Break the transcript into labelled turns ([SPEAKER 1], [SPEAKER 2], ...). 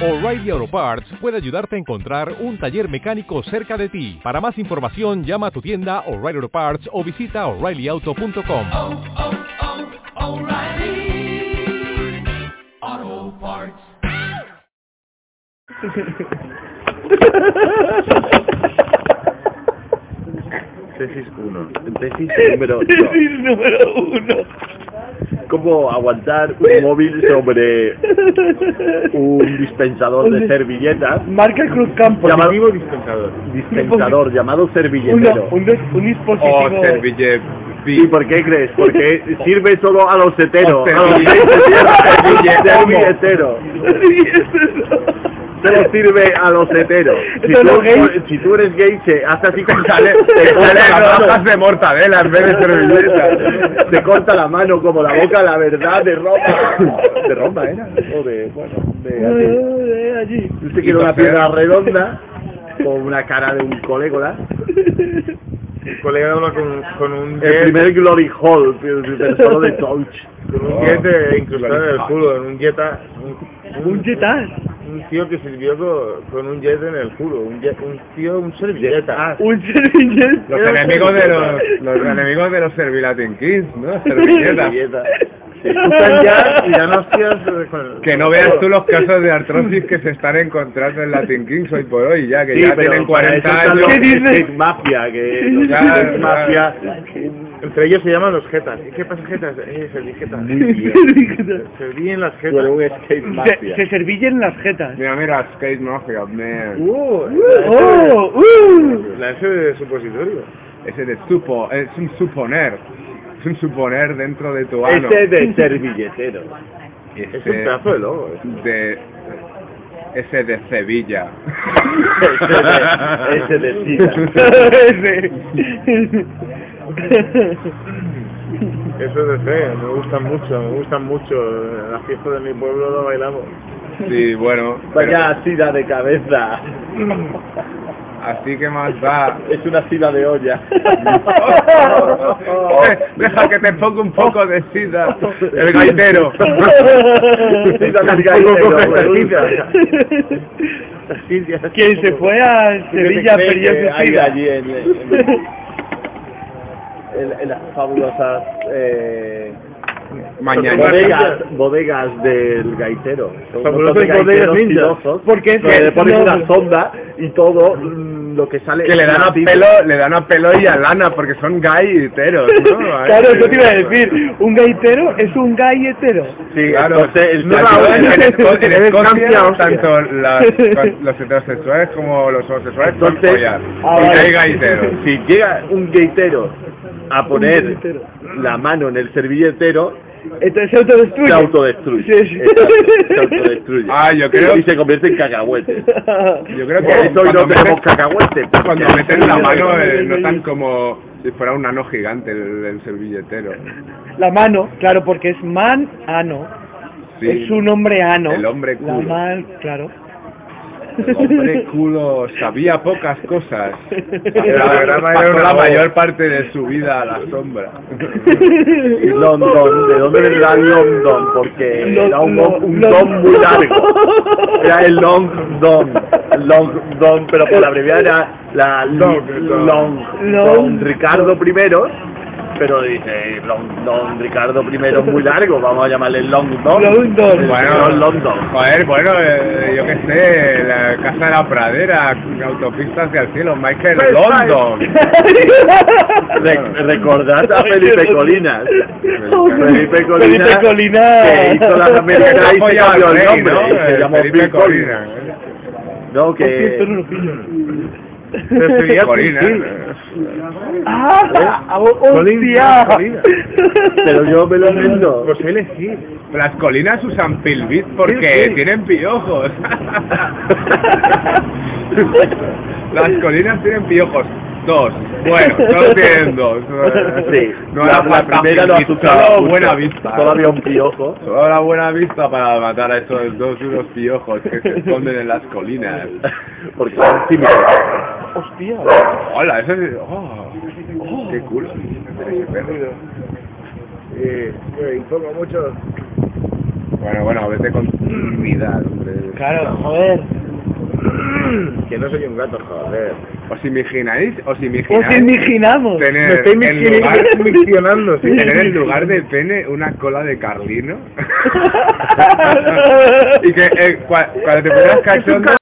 [SPEAKER 1] O'Reilly Auto Parts puede ayudarte a encontrar un taller mecánico cerca de ti. Para más información, llama a tu tienda O'Reilly Auto Parts o visita oreillyauto.com.
[SPEAKER 2] oh, oh, oh, O'Reilly. Auto parts.
[SPEAKER 3] Tesis 1. Tesis número 2.
[SPEAKER 4] número uno.
[SPEAKER 3] ¿Cómo aguantar un móvil sobre un dispensador de servilletas?
[SPEAKER 4] Marca Cruz Campo.
[SPEAKER 3] Llamado dispensador. Dispensador, llamado
[SPEAKER 4] Una-
[SPEAKER 3] servilletero.
[SPEAKER 4] un, des- un
[SPEAKER 3] Oh,
[SPEAKER 5] O
[SPEAKER 4] dispositivo.
[SPEAKER 5] serville...
[SPEAKER 3] ¿Y por qué crees? Porque sirve solo a los
[SPEAKER 5] O
[SPEAKER 3] heteros. A los
[SPEAKER 5] servilletero.
[SPEAKER 3] servilleteros. Solo sirve a los heteros. Si
[SPEAKER 4] Eso
[SPEAKER 3] tú,
[SPEAKER 4] los gays.
[SPEAKER 3] si tú eres gay, se hace así con sale,
[SPEAKER 5] Te
[SPEAKER 3] te corta
[SPEAKER 5] salen
[SPEAKER 3] la mano.
[SPEAKER 5] rojas de mortadela en vez de servilletas.
[SPEAKER 3] Te corta la mano como la boca, la verdad, de Roma. De Roma era, o de, bueno, de así.
[SPEAKER 4] Eh, allí.
[SPEAKER 3] Usted quiere una piedra redonda con una cara de un colega.
[SPEAKER 5] Mi colega habla con, con un
[SPEAKER 3] El
[SPEAKER 5] jet,
[SPEAKER 3] primer Glory Hall, el tesoro de Touch.
[SPEAKER 5] con un jet de- incrustado en el culo, en un jeta, un,
[SPEAKER 4] Un jetán.
[SPEAKER 5] un tío que sirvió co- con, un jet en el culo, un, jet- un tío, un servilleta.
[SPEAKER 3] Ah,
[SPEAKER 4] Un servillete.
[SPEAKER 5] Los enemigos de los, los enemigos de los Servilatin Kings, ¿no? Servilletas.
[SPEAKER 3] Se escuchan ya y dan hostias eh, con-
[SPEAKER 5] Que no veas tú los casos de artrosis que se están encontrando en Latin Kings hoy por hoy, ya que
[SPEAKER 3] Sí,
[SPEAKER 5] ya
[SPEAKER 3] pero
[SPEAKER 5] tienen
[SPEAKER 3] para eso
[SPEAKER 5] 40
[SPEAKER 3] están
[SPEAKER 5] años.
[SPEAKER 3] los
[SPEAKER 4] ¿Qué dices?
[SPEAKER 3] skate Mafia, que los
[SPEAKER 5] Claro,
[SPEAKER 3] skate
[SPEAKER 5] claro.
[SPEAKER 3] Mafia.
[SPEAKER 5] Entre ellos se llaman los jetas. ¿Qué pasa, jetas? Eh, servilletas. Serví en las jetas.
[SPEAKER 3] Fueron un skate
[SPEAKER 4] Se,
[SPEAKER 3] Mafia.
[SPEAKER 4] se servillen las jetas.
[SPEAKER 5] Mira, mira, Skate Mafia, man.
[SPEAKER 3] Uh,
[SPEAKER 4] ¡Oh! ¡Uh!
[SPEAKER 5] La S de supositorio. Ese de supo, es un suponer. Es un suponer dentro de tu ano.
[SPEAKER 3] Este de servilletero.
[SPEAKER 5] Y
[SPEAKER 3] Es
[SPEAKER 5] ese
[SPEAKER 3] un pedazo de logo.
[SPEAKER 5] eh.
[SPEAKER 3] eso.
[SPEAKER 5] de... Ese de Sevilla.
[SPEAKER 3] Ese de- ese de Sida.
[SPEAKER 5] Eso es de C, me gustan mucho, me gustan mucho. En las fiestas de mi pueblo lo bailamos. Sí, bueno.
[SPEAKER 3] Vaya sida de cabeza.
[SPEAKER 5] Así que más da.
[SPEAKER 3] Es una sida de olla.
[SPEAKER 5] Deja que te ponga un poco de sida. El gaitero.
[SPEAKER 3] Sida del gaitero, güey.
[SPEAKER 4] Quien se fue a Sevilla
[SPEAKER 3] ¿Qué te
[SPEAKER 4] perdió
[SPEAKER 3] crees que
[SPEAKER 4] su
[SPEAKER 3] hay
[SPEAKER 4] sida.
[SPEAKER 3] allí en, en- en- en las fabulosas eh,
[SPEAKER 5] Mañana.
[SPEAKER 3] bodegas, bodegas del gaitero. Son
[SPEAKER 5] Fabulosas
[SPEAKER 3] unos
[SPEAKER 5] bodegas
[SPEAKER 3] gaiteros
[SPEAKER 5] ninja.
[SPEAKER 3] filosos
[SPEAKER 4] Porque es
[SPEAKER 3] que
[SPEAKER 4] que
[SPEAKER 3] le pones
[SPEAKER 4] no-
[SPEAKER 3] una sonda y todo mm, lo que sale
[SPEAKER 5] Que le
[SPEAKER 3] es
[SPEAKER 5] dan a
[SPEAKER 3] látigo.
[SPEAKER 5] pelo, le dan a pelo y a lana porque son gaiteros, ¿no?
[SPEAKER 4] Claro, eso te iba a decir. Un gaitero es un galletero.
[SPEAKER 5] Sí, claro.
[SPEAKER 3] Entonces, el-
[SPEAKER 5] No,
[SPEAKER 3] la-
[SPEAKER 5] no, en, en Esco- en
[SPEAKER 3] en Escocia,
[SPEAKER 5] Escocia,
[SPEAKER 3] hostia.
[SPEAKER 5] tanto las- los heterosexuales como los homosexuales
[SPEAKER 3] Entonces-
[SPEAKER 5] son follar.
[SPEAKER 4] Ah,
[SPEAKER 5] y
[SPEAKER 4] vale.
[SPEAKER 5] hay gaiteros.
[SPEAKER 3] Si llega un gaitero a poner
[SPEAKER 4] gaitero.
[SPEAKER 3] la mano en el servilletero,
[SPEAKER 4] Entonces se autodestruye.
[SPEAKER 3] se autodestruye.
[SPEAKER 4] Sí, sí.
[SPEAKER 3] Exacto, Se autodestruye.
[SPEAKER 5] Ah, yo creo-
[SPEAKER 3] Y se convierte en cacahuete.
[SPEAKER 5] Yo creo
[SPEAKER 3] Por
[SPEAKER 5] que
[SPEAKER 3] eso hoy no
[SPEAKER 5] cuando
[SPEAKER 3] tenemos
[SPEAKER 5] meten-
[SPEAKER 3] cacahuetes. porque
[SPEAKER 5] Cuando meten la mano
[SPEAKER 4] eh,
[SPEAKER 5] eh, notan como si fuera un ano gigante el, el servilletero.
[SPEAKER 4] La mano, claro, porque es man ano.
[SPEAKER 5] Sí.
[SPEAKER 4] Es un hombre ano.
[SPEAKER 5] El hombre
[SPEAKER 4] La
[SPEAKER 5] culo.
[SPEAKER 4] man, claro.
[SPEAKER 5] El hombre culo sabía pocas cosas.
[SPEAKER 3] La gran mayor-
[SPEAKER 5] Pasó la mayor parte de su vida a la sombra.
[SPEAKER 3] Y London, ¿de dónde vendrá London? Porque
[SPEAKER 4] Lo-
[SPEAKER 3] era un,
[SPEAKER 4] lo-
[SPEAKER 3] un
[SPEAKER 4] lo-
[SPEAKER 3] don muy largo. Era el long don. Long don, pero por la brevia era la long,
[SPEAKER 5] Don.
[SPEAKER 3] long,
[SPEAKER 4] Long.
[SPEAKER 3] don Ricardo I. Pero dice, long don Ricardo I muy largo, vamos a llamarle long don.
[SPEAKER 4] Long don.
[SPEAKER 3] El
[SPEAKER 5] Bueno,
[SPEAKER 3] señor London.
[SPEAKER 5] Joder, bueno, eh, yo qué sé, la casa de la pradera, autopista hacia el cielo, Michael
[SPEAKER 3] Pues,
[SPEAKER 5] London.
[SPEAKER 3] Re- recordad a Felipe Colinas. Felipe Colinas.
[SPEAKER 4] Felipe Colinas.
[SPEAKER 3] Que hizo la
[SPEAKER 5] Que
[SPEAKER 3] americana y
[SPEAKER 5] no
[SPEAKER 3] se
[SPEAKER 5] apoyaba
[SPEAKER 3] cambió
[SPEAKER 5] al
[SPEAKER 3] el
[SPEAKER 5] rey,
[SPEAKER 3] nombre.
[SPEAKER 5] ¿no?
[SPEAKER 3] y se
[SPEAKER 5] Eh,
[SPEAKER 3] llamó
[SPEAKER 5] Felipe
[SPEAKER 3] Bill Collins.
[SPEAKER 5] Corina. ¿eh?
[SPEAKER 3] No,
[SPEAKER 4] Esto no
[SPEAKER 3] que...
[SPEAKER 4] lo pillo.
[SPEAKER 5] Felipe Corina. ¿Eh?
[SPEAKER 4] ¡Ah!
[SPEAKER 3] Colina,
[SPEAKER 4] ¡Hostia!
[SPEAKER 3] Colina. Pero yo me Pues lo vendo.
[SPEAKER 5] él sí. Las colinas usan pilbit porque
[SPEAKER 3] Sí, sí.
[SPEAKER 5] tienen piojos. Las colinas tienen piojos. Dos. Bueno, no tienen dos.
[SPEAKER 3] Sí.
[SPEAKER 5] No
[SPEAKER 3] la,
[SPEAKER 5] era
[SPEAKER 3] la
[SPEAKER 5] falta
[SPEAKER 3] primera lo
[SPEAKER 5] pilbit,
[SPEAKER 3] asustaba.
[SPEAKER 5] solo
[SPEAKER 3] mucho.
[SPEAKER 5] buena vista.
[SPEAKER 3] Todavía un piojo.
[SPEAKER 5] Solo la buena vista para matar a esos dos unos piojos que se esconden en las colinas.
[SPEAKER 3] Porque son tímidos.
[SPEAKER 4] ¡Hostia!
[SPEAKER 5] Hola, eso es... Oh, ¡Qué culo! tiene ese perro.
[SPEAKER 3] Eh, infoco mucho.
[SPEAKER 5] Bueno, bueno, a veces con vida, hombre.
[SPEAKER 4] Claro, joder.
[SPEAKER 5] Que no soy un gato, joder. ¿Os imagináis?
[SPEAKER 3] Pues
[SPEAKER 5] ¿Os
[SPEAKER 4] Os
[SPEAKER 5] imagináis?
[SPEAKER 4] imaginamos.
[SPEAKER 5] Tener
[SPEAKER 4] Me estoy
[SPEAKER 5] en
[SPEAKER 4] migil-
[SPEAKER 5] lugar,
[SPEAKER 4] migilando, sí.
[SPEAKER 5] tener en lugar de pene una cola de carlino. y que eh, cua- cuando te ponías
[SPEAKER 4] Es un
[SPEAKER 5] cachondo